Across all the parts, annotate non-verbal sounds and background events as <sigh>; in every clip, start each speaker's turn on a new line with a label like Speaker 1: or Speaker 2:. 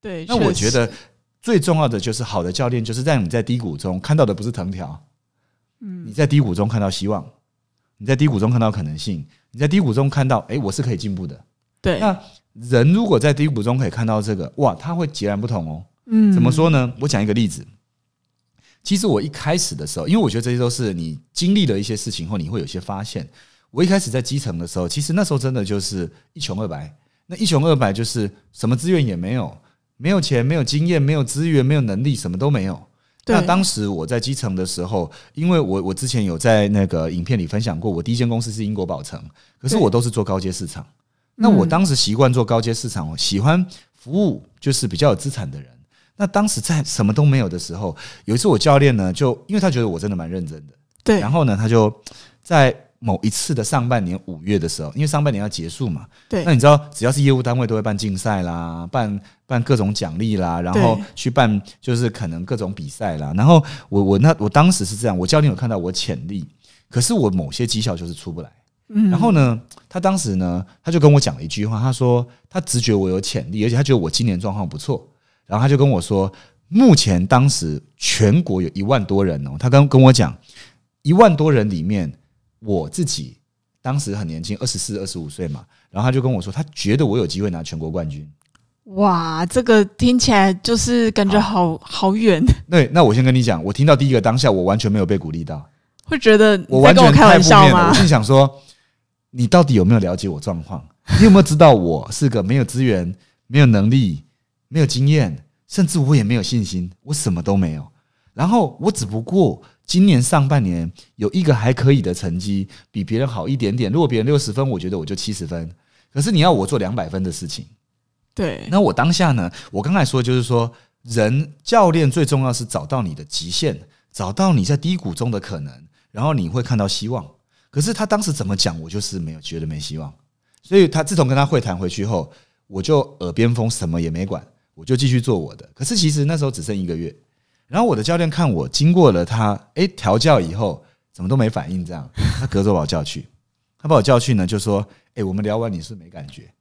Speaker 1: 对，
Speaker 2: 那我
Speaker 1: 确
Speaker 2: 觉
Speaker 1: 实
Speaker 2: 得最重要的就是好的教练，就是让你在低谷中看到的不是藤条，嗯，你在低谷中看到希望，你在低谷中看到可能性，你在低谷中看到，哎、我是可以进步的。
Speaker 1: 对，
Speaker 2: 那人如果在低谷中可以看到这个，哇，他会截然不同哦。
Speaker 1: 嗯
Speaker 2: 怎么？说呢？我讲一个例子。其实我一开始的时候，因为我觉得这些都是你经历了一些事情后，你会有些发现。我一开始在基层的时候，其实那时候真的就是一穷二白。那一穷二白就是什么资源也没有，没有钱，没有经验，没有资源，没有能力，什么都没有。
Speaker 1: 对
Speaker 2: 那当时我在基层的时候，因为我我之前有在那个影片里分享过，我第一间公司是英国宝城，可是
Speaker 1: 对
Speaker 2: 我都是做高阶市场。那我
Speaker 1: 嗯
Speaker 2: 当时习惯做高阶市场，我喜欢服务就是比较有资产的人。那当时在什么都没有的时候，有一次我教练呢，就因为他觉得我真的蛮认真的，
Speaker 1: 对，
Speaker 2: 然后呢，他就在某一次的上半年五月的时候，因为上半年要结束嘛，
Speaker 1: 对
Speaker 2: 那你知道只要是业务单位都会办竞赛啦，办办各种奖励啦，然后
Speaker 1: 对
Speaker 2: 去办就是可能各种比赛啦。然后我我那我当时是这样，我教练有看到我潜力，可是我某些绩效就是出不来。
Speaker 1: 嗯
Speaker 2: 然后呢，他当时呢，他就跟我讲了一句话，他说他直觉我有潜力，而且他觉得我今年状况不错。然后他就跟我说，目前当时全国有一万多人哦，他跟跟我讲，一万多人里面，我自己当时很年轻，二十四、二十五岁嘛。然后他就跟我说，他觉得我有机会拿全国冠军。
Speaker 1: 哇，这个听起来就是感觉好好远，
Speaker 2: 对，那我先跟你讲，我听到第一个当下，我完全没有被鼓励到，
Speaker 1: 会觉得你
Speaker 2: 我
Speaker 1: 在
Speaker 2: 完
Speaker 1: 跟我
Speaker 2: 全
Speaker 1: 开
Speaker 2: 太
Speaker 1: 玩
Speaker 2: 负
Speaker 1: 笑
Speaker 2: 面了。
Speaker 1: 吗
Speaker 2: 我？心想说，你到底有没有了解我状况？你有没有知道我是个没有资源、没有能力、没有经验，甚至我也没有信心，我什么都没有。然后我只不过今年上半年有一个还可以的成绩，比别人好一点点。如果别人六十分，我觉得我就七十分。可是你要我做两百分的事情，
Speaker 1: 对，
Speaker 2: 那我当下呢，我刚才说就是说，人教练最重要是找到你的极限，找到你在低谷中的可能，然后你会看到希望。可是他当时怎么讲，我就是没有觉得没希望。所以他自从跟他会谈回去后，我就耳边风，什么也没管，我就继续做我的。可是其实那时候只剩一个月，然后我的教练看我经过了他诶调教以后，怎么都没反应，这样他隔着把我叫去，他把我叫去呢，就说：“诶，我们聊完你是不是没感觉？诶，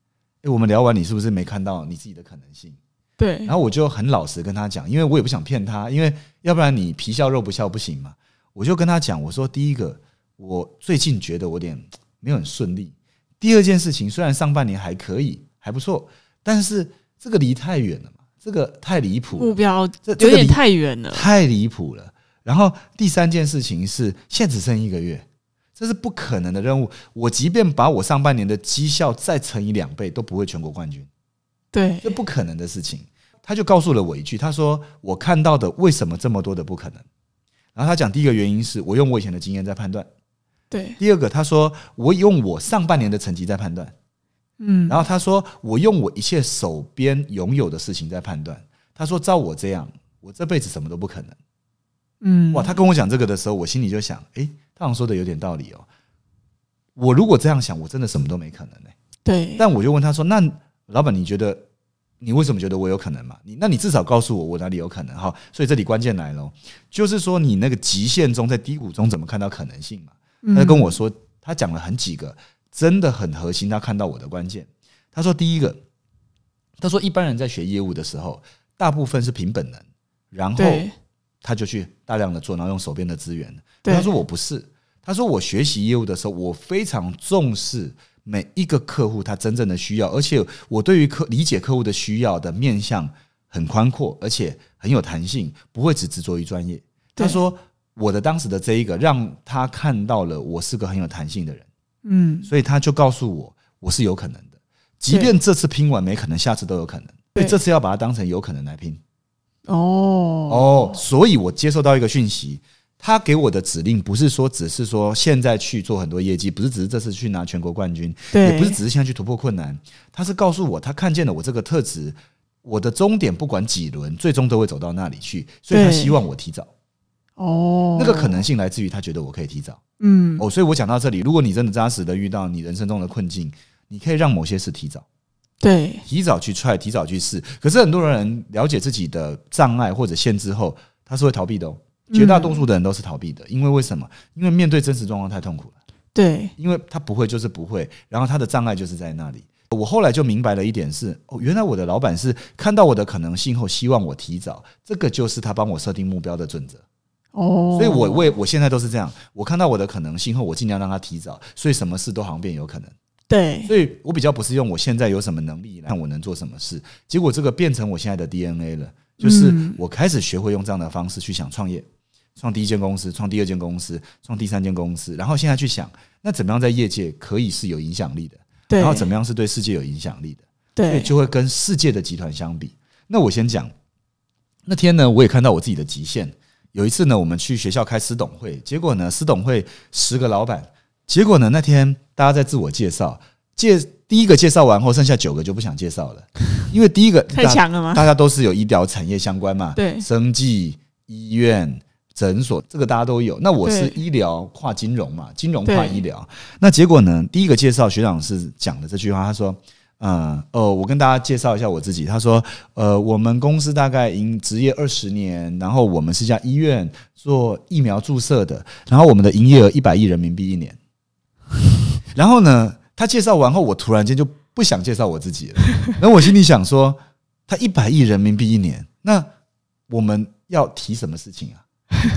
Speaker 2: 哎我们聊完你是不是没看到你自己的可能性？”
Speaker 1: 对
Speaker 2: 然，后我就很老实跟他讲，因为我也不想骗他，因为要不然你皮笑肉不笑不行嘛。我就跟他讲，我说第一个，我最近觉得我有点没有很顺利。第二件事情，虽然上半年还可以，还不错，但是这个离太远了嘛，这个太离谱
Speaker 1: 目
Speaker 2: 了，
Speaker 1: 标嗯
Speaker 2: 这
Speaker 1: 有
Speaker 2: 这个
Speaker 1: 点
Speaker 2: 离
Speaker 1: 太远了，
Speaker 2: 太离谱了。然后第三件事情是，现在只剩一个月，这是不可能的任务。我即便把我上半年的绩效再乘以两倍，都不会全国冠军。
Speaker 1: 对
Speaker 2: 这不可能的事情。他就告诉了我一句，他说：“我看到的为什么这么多的不可能？”然后他讲第一个原因是我用我以前的经验在判断，
Speaker 1: 对，
Speaker 2: 第二个他说我用我上半年的成绩在判断，
Speaker 1: 嗯，
Speaker 2: 然后他说我用我一切手边拥有的事情在判断。他说照我这样，我这辈子什么都不可能。
Speaker 1: 嗯，
Speaker 2: 哇，他跟我讲这个的时候，我心里就想，诶，他好像说的有点道理哦。我如果这样想，我真的什么都没可能呢、
Speaker 1: 对，
Speaker 2: 但我就问他说：“那老板，你觉得你为什么觉得我有可能嘛？你那你至少告诉我我哪里有可能哈。所以这里关键来了，就是说你那个极限中在低谷中怎么看到可能性嘛？
Speaker 1: 嗯
Speaker 2: 他就跟我说，他讲了很几个，真的很核心，他看到我的关键。他说第一个，他说一般人在学业务的时候，大部分是凭本能，然后
Speaker 1: 对
Speaker 2: 他就去大量的做，然后用手边的资源。
Speaker 1: 对
Speaker 2: 他说我不是，他说我学习业务的时候，我非常重视每一个客户他真正的需要，而且我对于客理解客户的需要的面向很宽阔，而且很有弹性，不会只执着于专业。
Speaker 1: 对
Speaker 2: 他说我的当时的这一个让他看到了我是个很有弹性的人，
Speaker 1: 嗯，
Speaker 2: 所以他就告诉我我是有可能的，即
Speaker 1: 对
Speaker 2: 便这次拼完没可能，下次都有可能。所
Speaker 1: 对
Speaker 2: 以这次要把它当成有可能来拼。
Speaker 1: 哦，
Speaker 2: 哦，所以我接受到一个讯息，他给我的指令不是说只是说现在去做很多业绩，不是只是这次去拿全国冠军，
Speaker 1: 对，
Speaker 2: 也不是只是现在去突破困难，他是告诉我他看见了我这个特质，我的终点不管几轮，最终都会走到那里去，所以他
Speaker 1: 对
Speaker 2: 希望我提早。
Speaker 1: 哦，
Speaker 2: 那个可能，性来自于他觉得我可以提早。
Speaker 1: 嗯，
Speaker 2: 哦，所以我讲到这里，如果你真的扎实的遇到你人生中的困境，你可以让某些事提早。
Speaker 1: 对，
Speaker 2: 提早去 try，提早去试。可是很多人了解自己的障碍或者限制后，他是会逃避的哦。
Speaker 1: 嗯
Speaker 2: 绝大多数的人都是逃避的，因为为什么？因为面对真实状况太痛苦了，
Speaker 1: 对，
Speaker 2: 因为他不会就是不会，然后他的障碍就是在那里。我后来就明白了一点是，哦，原来我的老板是看到我的可能性后，希望我提早，这个就是他帮我设定目标的准则。
Speaker 1: 哦，
Speaker 2: 所以我为我现在都是这样，我看到我的可能性后，我尽量让他提早，所以什么事都好像变有可能。
Speaker 1: 对
Speaker 2: 所以我比较不是用我现在有什么能力来看我能做什么事，结果这个变成我现在的 DNA 了，就是
Speaker 1: 嗯
Speaker 2: 我开始学会用这样的方式去想创业，创第一间公司，创第二间公司，创第三间公司，然后现在去想，那怎么样在业界可以是有影响力的，
Speaker 1: 对，
Speaker 2: 然后怎么样是对世界有影响力的，所以
Speaker 1: 对
Speaker 2: 就会跟世界的集团相比。那我先讲，那天呢，我也看到我自己的极限。有一次呢，我们去学校开私董会，结果呢，私董会十个老板，结果呢，那天大家在自我介绍，介第一个介绍完后，剩下九个就不想
Speaker 1: <laughs>
Speaker 2: 介绍了，因为第一个
Speaker 1: 太强了吗？
Speaker 2: 大家都是有医疗产业相关嘛，
Speaker 1: <laughs> 对
Speaker 2: 生技、医院、诊所，这个大家都有。那我是
Speaker 1: 对
Speaker 2: 医疗跨金融嘛，金融跨
Speaker 1: 对
Speaker 2: 医疗。那结果呢？第一个介绍学长是讲的这句话，他说。嗯，哦，我跟大家介绍一下我自己。他说，呃，我们公司大概营职业二十年，然后我们是一家医院做疫苗注射的，然后我们的营业额一百亿人民币一年。然后呢，他介绍完后，我突然间就不想介绍我自己了。然后我心里想说，他一百亿人民币一年，那我们要提什么事情啊？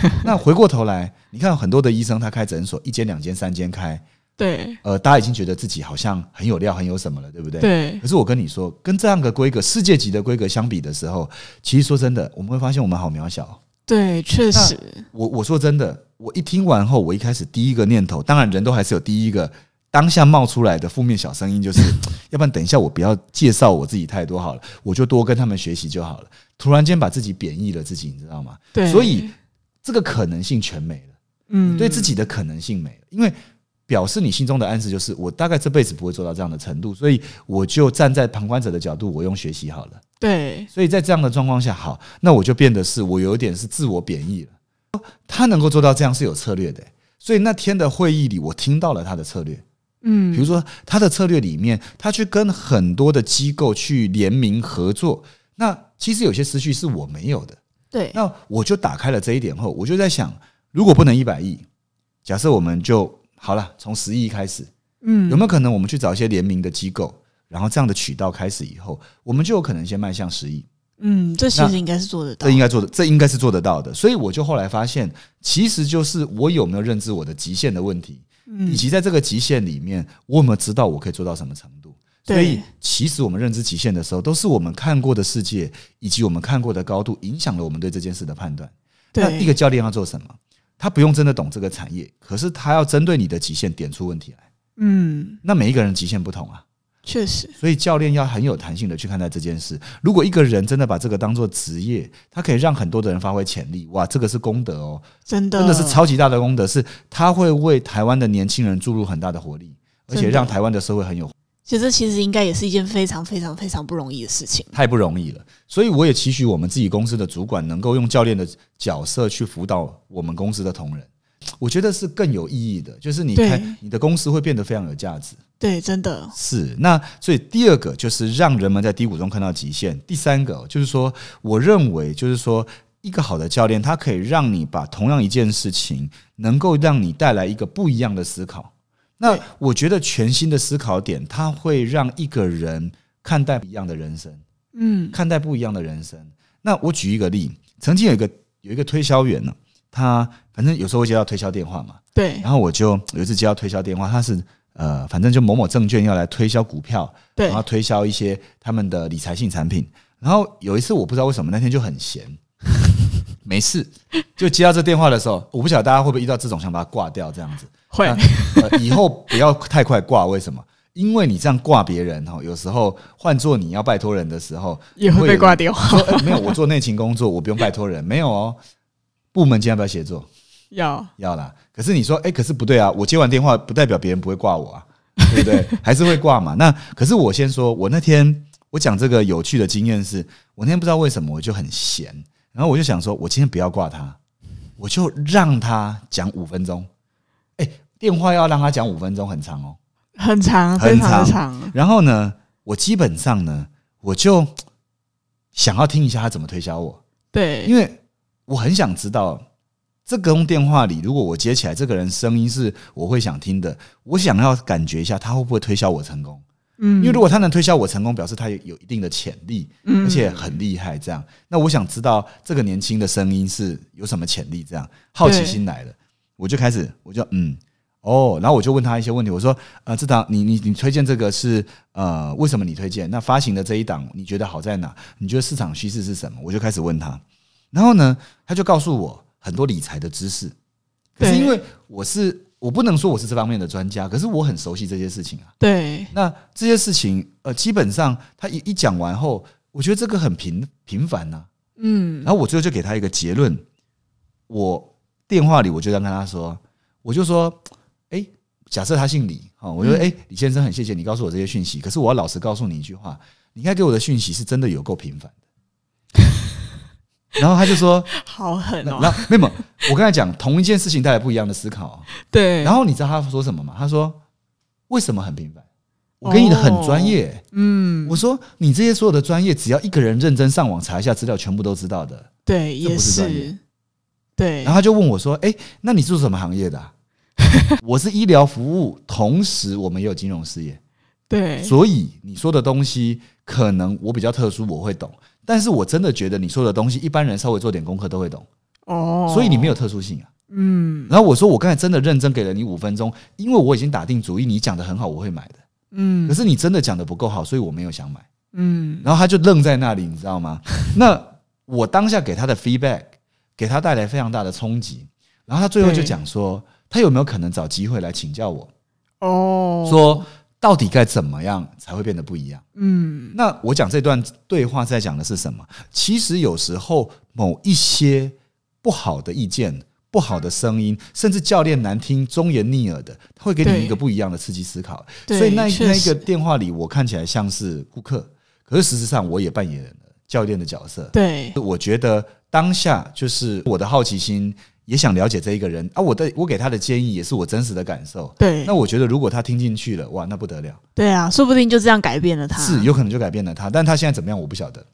Speaker 2: <laughs> 那回过头来，你看很多的医生，他开诊所，一间、两间、三间开，
Speaker 1: 对
Speaker 2: 呃，大家已经觉得自己好像很有料、很有什么了，对不对？
Speaker 1: 对
Speaker 2: 可是我跟你说，跟这样的规格、世界级的规格相比的时候，其实说真的，我们会发现我们好渺小哦。
Speaker 1: 对，确实，
Speaker 2: 我我说真的，我一听完后，我一开始第一个念头，当然人都还是有第一个当下冒出来的负面小声音，就是要不然等一下我不要介绍我自己太多好了，我就多跟他们学习就好了。突然间把自己贬义了自己，你知道吗？
Speaker 1: 对，
Speaker 2: 所以这个可能性全没了，
Speaker 1: 嗯，
Speaker 2: 对自己的可能性没了，因为。表示你心中的暗示就是我大概这辈子不会做到这样的程度，所以我就站在旁观者的角度，我用学习好了。
Speaker 1: 对
Speaker 2: 所以在这样的状况下，好，那我就变得是我有一点是自我贬义了。他能够做到这样是有策略的、所以那天的会议里，我听到了他的策略。
Speaker 1: 嗯，
Speaker 2: 比如说，他的策略里面，他去跟很多的机构去联名合作。那其实有些思绪是我没有的。
Speaker 1: 对
Speaker 2: 那我就打开了这一点后，我就在想，如果不能一百亿，假设我们就好了，从十亿开始，
Speaker 1: 嗯
Speaker 2: 有没有可能我们去找一些联名的机构，然后这样的渠道开始以后，我们就有可能先迈向十亿？
Speaker 1: 嗯，这其
Speaker 2: 那
Speaker 1: 实应该是做得到
Speaker 2: 这，应该做的，这应该是做得到的。所以我就后来发现，其实就是我有没有认知我的极限的问题，
Speaker 1: 嗯
Speaker 2: 以及在这个极限里面，我有没有知道我可以做到什么程度。所以
Speaker 1: 对，
Speaker 2: 其实我们认知极限的时候，都是我们看过的世界以及我们看过的高度，影响了我们对这件事的判断。那
Speaker 1: 对
Speaker 2: 一个教练要做什么？他不用真的懂这个产业，可是他要针对你的极限点出问题来。
Speaker 1: 嗯，
Speaker 2: 那每一个人极限不同啊，
Speaker 1: 确实
Speaker 2: 所以教练要很有弹性的去看待这件事。如果一个人真的把这个当做职业，他可以让很多的人发挥潜力，哇，这个是功德哦，
Speaker 1: 真的
Speaker 2: 真的是超级大的功德，是他会为台湾的年轻人注入很大的活力，而
Speaker 1: 真
Speaker 2: 且
Speaker 1: 的
Speaker 2: 让台湾的社会很有活力，
Speaker 1: 其实这其实应该也是一件非常非常非常不容易的事情。
Speaker 2: 太不容易了。所以我也期许我们自己公司的主管能够用教练的角色去辅导我们公司的同仁，我觉得是更有意义的，就是你
Speaker 1: 对
Speaker 2: 看你的公司会变得非常有价值。
Speaker 1: 对，真的，
Speaker 2: 是，那所以第二个就是让人们在低谷中看到极限。第三个就是说，我认为就是说，一个好的教练，他可以让你把同样一件事情，能够让你带来一个不一样的思考。那我觉得全新的思考点，它会让一个人看待不一样的人生，
Speaker 1: 嗯
Speaker 2: 看待不一样的人生。那我举一个例，曾经有一个有一个推销员呢，他反正有时候会接到推销电话嘛，
Speaker 1: 对
Speaker 2: 然后我就有一次接到推销电话，他是呃，反正就某某证券要来推销股票，
Speaker 1: 对
Speaker 2: 然后推销一些他们的理财性产品。然后有一次我不知道为什么那天就很闲， <laughs> 没事，就接到这电话的时候，我不晓得大家会不会遇到这种想把它挂掉这样子。
Speaker 1: 会
Speaker 2: 呃，以后不要太快挂，为什么？因为你这样挂别人哦，有时候换做你要拜托人的时候，
Speaker 1: 也会被挂掉，
Speaker 2: 说、呃没有，我做内勤工作，我不用拜托人，没有哦。部门间要不要协作？
Speaker 1: 要
Speaker 2: 要啦。可是你说，哎、可是不对啊，我接完电话不代表别人不会挂我啊，对不对？ <laughs> 还是会挂嘛。那可是我先说，我那天我讲这个有趣的经验是，我那天不知道为什么我就很闲，然后我就想说，我今天不要挂他，我就让他讲五分钟。哎、电话要让他讲五分钟，很长哦。
Speaker 1: 很长，
Speaker 2: 很
Speaker 1: 非常的
Speaker 2: 长
Speaker 1: 长，
Speaker 2: 然后呢，我基本上呢，我就想要听一下他怎么推销我。
Speaker 1: 对，
Speaker 2: 因为我很想知道这个通电话里，如果我接起来，这个人声音是我会想听的，我想要感觉一下他会不会推销我成功。嗯，因为如果他能推销我成功，表示他有有一定的潜力，
Speaker 1: 嗯
Speaker 2: 而且很厉害。这样，那我想知道这个年轻的声音是有什么潜力？这样，好奇心来了，我就开始，我就嗯。哦，然后我就问他一些问题，我说，呃，这档你你你推荐这个是呃，为什么你推荐？那发行的这一档你觉得好在哪？你觉得市场趋势是什么？我就开始问他，然后呢，他就告诉我很多理财的知识，可是
Speaker 1: 对
Speaker 2: 因为我是我不能说我是这方面的专家，可是我很熟悉这些事情啊。
Speaker 1: 对，
Speaker 2: 那这些事情，呃，基本上他一一讲完后，我觉得这个很平平凡呐、
Speaker 1: 嗯
Speaker 2: 然后我最后就给他一个结论，我电话里我就这样跟他说，我就说，哎、假设他姓李啊、哦，
Speaker 1: 嗯
Speaker 2: 我就说，哎、李先生，很谢谢你告诉我这些讯息，可是我要老实告诉你一句话，你应该给我的讯息是真的有够平凡
Speaker 1: <laughs>
Speaker 2: 的。然后他就说，
Speaker 1: 好狠
Speaker 2: 那
Speaker 1: 哦，
Speaker 2: 那没有，没有我刚才讲同一件事情带来不一样的思考哦、
Speaker 1: 对，
Speaker 2: 然后你知道他说什么吗？他说：“为什么很平凡？我给你
Speaker 1: 哦
Speaker 2: 的很专业、
Speaker 1: 嗯，
Speaker 2: 我说：“你这些所有的专业，只要一个人认真上网查一下资料，全部都知道的。
Speaker 1: 对，
Speaker 2: 这
Speaker 1: 也
Speaker 2: 不是专业
Speaker 1: 是，对
Speaker 2: 然，后他就问我说：“哎、那你做什么行业的、啊？” <laughs> 我是医疗服务，同时我们也有金融事业，
Speaker 1: 对，
Speaker 2: 所以你说的东西可能我比较特殊，我会懂。但是我真的觉得你说的东西，一般人稍微做点功课都会懂，
Speaker 1: 哦，
Speaker 2: 所以你没有特殊性啊。
Speaker 1: 嗯
Speaker 2: 然后我说我刚才真的认真给了你五分钟，因为我已经打定主意，你讲的很好，我会买的。可
Speaker 1: 嗯
Speaker 2: 是你真的讲的不够好，所以我没有想买。
Speaker 1: 嗯，
Speaker 2: 然后他就愣在那里，你知道
Speaker 1: <laughs>
Speaker 2: 吗？那我当下给他的 feedback 给他带来非常大的冲击。然后他最后就
Speaker 1: 对
Speaker 2: 讲说，他有没有可能找机会来请教我，
Speaker 1: 哦，
Speaker 2: 说到底该怎么样才会变得不一样？
Speaker 1: 嗯，
Speaker 2: 那我讲这段对话在讲的是什么？其实有时候某一些不好的意见、不好的声音，甚至教练难听、忠言逆耳的，他会给你
Speaker 1: 对
Speaker 2: 一个不一样的刺激思考。
Speaker 1: 对
Speaker 2: 所以那
Speaker 1: 确
Speaker 2: 那
Speaker 1: 实
Speaker 2: 个电话里，我看起来像是顾客，可是实质上我也扮演了教练的角色。
Speaker 1: 对，
Speaker 2: 我觉得当下就是我的好奇心，也想了解这一个人啊。我的我给他的建议也是我真实的感受。
Speaker 1: 对
Speaker 2: 那，我觉得如果他听进去了，哇，那不得了。
Speaker 1: 对啊，说不定就这样改变了他，
Speaker 2: 是有可能就改变了他，但他现在怎么样我不
Speaker 1: <laughs>
Speaker 2: 晓得。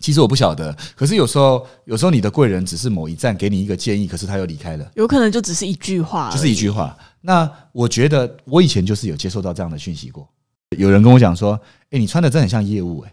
Speaker 2: 其实我不晓得，可是有时候，有时候你的贵人只是某一站给你一个建议，可是他又离开了，
Speaker 1: 有可能就只是一句话而已，
Speaker 2: 就是一句话。那我觉得我以前就是有接受到这样的讯息过，有人跟我讲说：“哎、你穿的真的很像业务、诶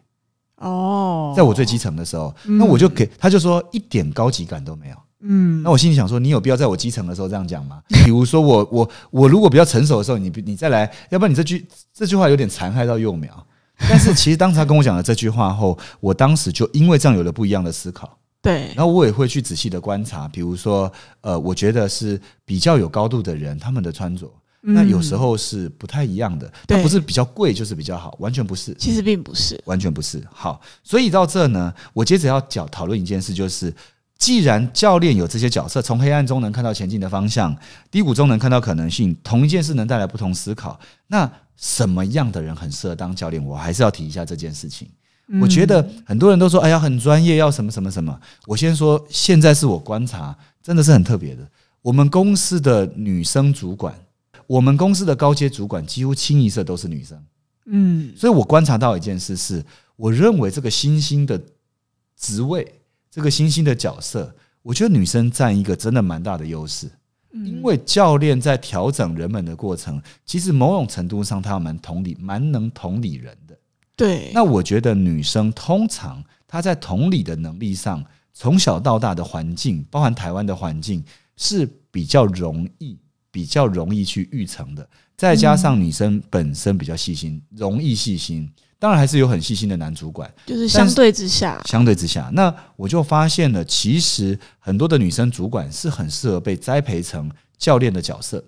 Speaker 2: 哎
Speaker 1: 哦，
Speaker 2: 在我最基层的时候，
Speaker 1: 嗯
Speaker 2: 那我就给他就说一点高级感都没有。
Speaker 1: 嗯
Speaker 2: 那我心里想说，你有必要在我基层的时候这样讲吗？比如说我我我如果比较成熟的时候，你你再来，要不然你这句这句话有点残害到幼苗。但是其实当时他跟我讲了这句话后，我当时就因为这样有了不一样的思考，
Speaker 1: 对，
Speaker 2: 然后我也会去仔细的观察，比如说呃，我觉得是比较有高度的人他们的穿着，
Speaker 1: 嗯
Speaker 2: 那有时
Speaker 1: 候
Speaker 2: 候是不太一样的，
Speaker 1: 对
Speaker 2: 它不是比较贵就是比较好，完全不是。
Speaker 1: 其实并不是，
Speaker 2: 完全不是。好，所以到这呢，我接着要讲讨论一件事，就是既然教练有这些角色，从黑暗中能看到前进的方向，低谷中能看到可能性，同一件事能带来不同思考，那什么样的人很适合当教练？我还是要提一下这件事情。
Speaker 1: 嗯
Speaker 2: 我觉得很多人都说，哎呀，很专业，要什么什么什么。我先说，现在是我观察，真的是很特别的。我们公司的女生主管，我们公司的高阶主管几乎清一色都是女生。
Speaker 1: 嗯，
Speaker 2: 所以我观察到一件事是，我认为这个新兴的职位，这个新兴的角色，我觉得女生占一个真的蛮大的优势，
Speaker 1: 嗯
Speaker 2: 因为教练在调整人们的过程，其实某种程度上他蛮同理，蛮能同理人的。
Speaker 1: 对，
Speaker 2: 那我觉得女生通常她在同理的能力上，从小到大的环境，包含台湾的环境，是比较容易、比较容易去育成的。再加上女生本身比较细心，容易细心，当然还是有很细心的男主管。
Speaker 1: 就是
Speaker 2: 但
Speaker 1: 相
Speaker 2: 是
Speaker 1: 对之下，
Speaker 2: 相对之下，那我就发现了，其实很多的女生主管是很适合被栽培成教练的角色，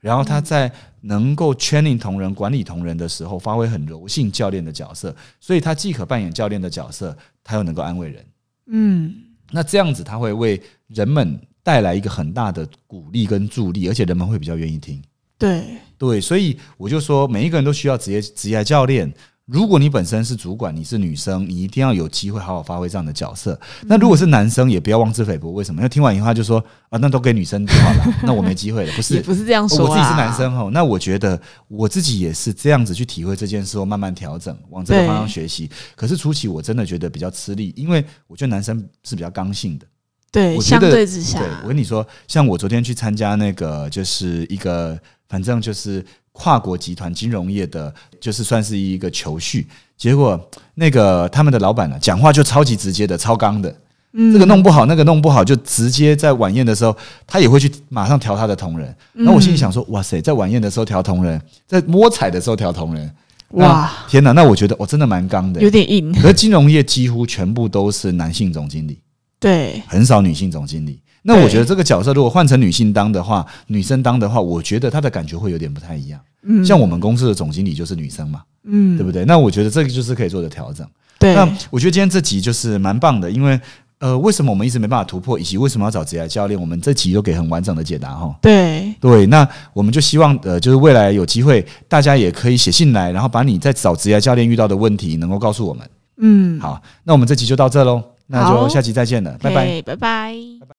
Speaker 2: 然后她在能够 training 同仁、管理同仁的时候，发挥很柔性教练的角色，所以她既可扮演教练的角色，她又能够安慰人。
Speaker 1: 嗯，
Speaker 2: 那这样子，她会为人们带来一个很大的鼓励跟助力，而且人们会比较愿意听。
Speaker 1: 对，
Speaker 2: 对，所以我就说，每一个人都需要职业职业教练。如果你本身是主管，你是女生，你一定要有机会好好发挥这样的角色。那如果是男生，也不要妄自菲薄。为什么？因为听完以后他就说啊，那都给女生就好了，那我没机会了。不是哦
Speaker 1: 也，不是这样说啊
Speaker 2: 我自己是
Speaker 1: 啦
Speaker 2: 男，生哦，那我觉得我自己也是这样子去体会这件事后，慢慢调整，往这个方向学习。可是初期我真的觉得比较吃力，因为我觉得男生是比较刚性的，
Speaker 1: 对，
Speaker 2: 我觉
Speaker 1: 相
Speaker 2: 得
Speaker 1: 对之下
Speaker 2: 对，，我跟你说，像我昨天去参加那个，就是一个，反正就是跨国集团金融业的，就是算是一个球序。结果那个他们的老板呢、啊讲话就超级直接的，超刚的，
Speaker 1: 嗯
Speaker 2: 这个弄不好，那个弄不好，就直接在晚宴的时候，他也会去马上调他的同仁。那我心里想说，哇塞，在晚宴的时候调同仁，在摸彩的时候调同仁，
Speaker 1: 哇，
Speaker 2: 那，天哪！那我觉得我、真的蛮刚的
Speaker 1: 有。点硬，
Speaker 2: 可是金融业几乎全部都是男性总经理，
Speaker 1: 对，
Speaker 2: 很少女性总经理。那我觉得这个角色如果换成女性当的话，女生当的话，我觉得她的感觉会有点不太一样。
Speaker 1: 嗯，
Speaker 2: 像我们公司的总经理就是女生嘛，
Speaker 1: 嗯，
Speaker 2: 对不对？那我觉得这个就是可以做的调整。
Speaker 1: 对？
Speaker 2: 那我觉得今天这集就是蛮棒的，因为呃，为什么我们一直没办法突破，以及为什么要找职业教练，我们这集都给很完整的解答哈。
Speaker 1: 对
Speaker 2: 对，那我们就希望呃，就是未来有机会，大家也可以写信来，然后把你在找职业教练遇到的问题能够告诉我们。
Speaker 1: 嗯，
Speaker 2: 好，那我们这集就到这喽，那就
Speaker 1: 好
Speaker 2: 下集再见了，拜拜。
Speaker 1: 嘿，拜拜。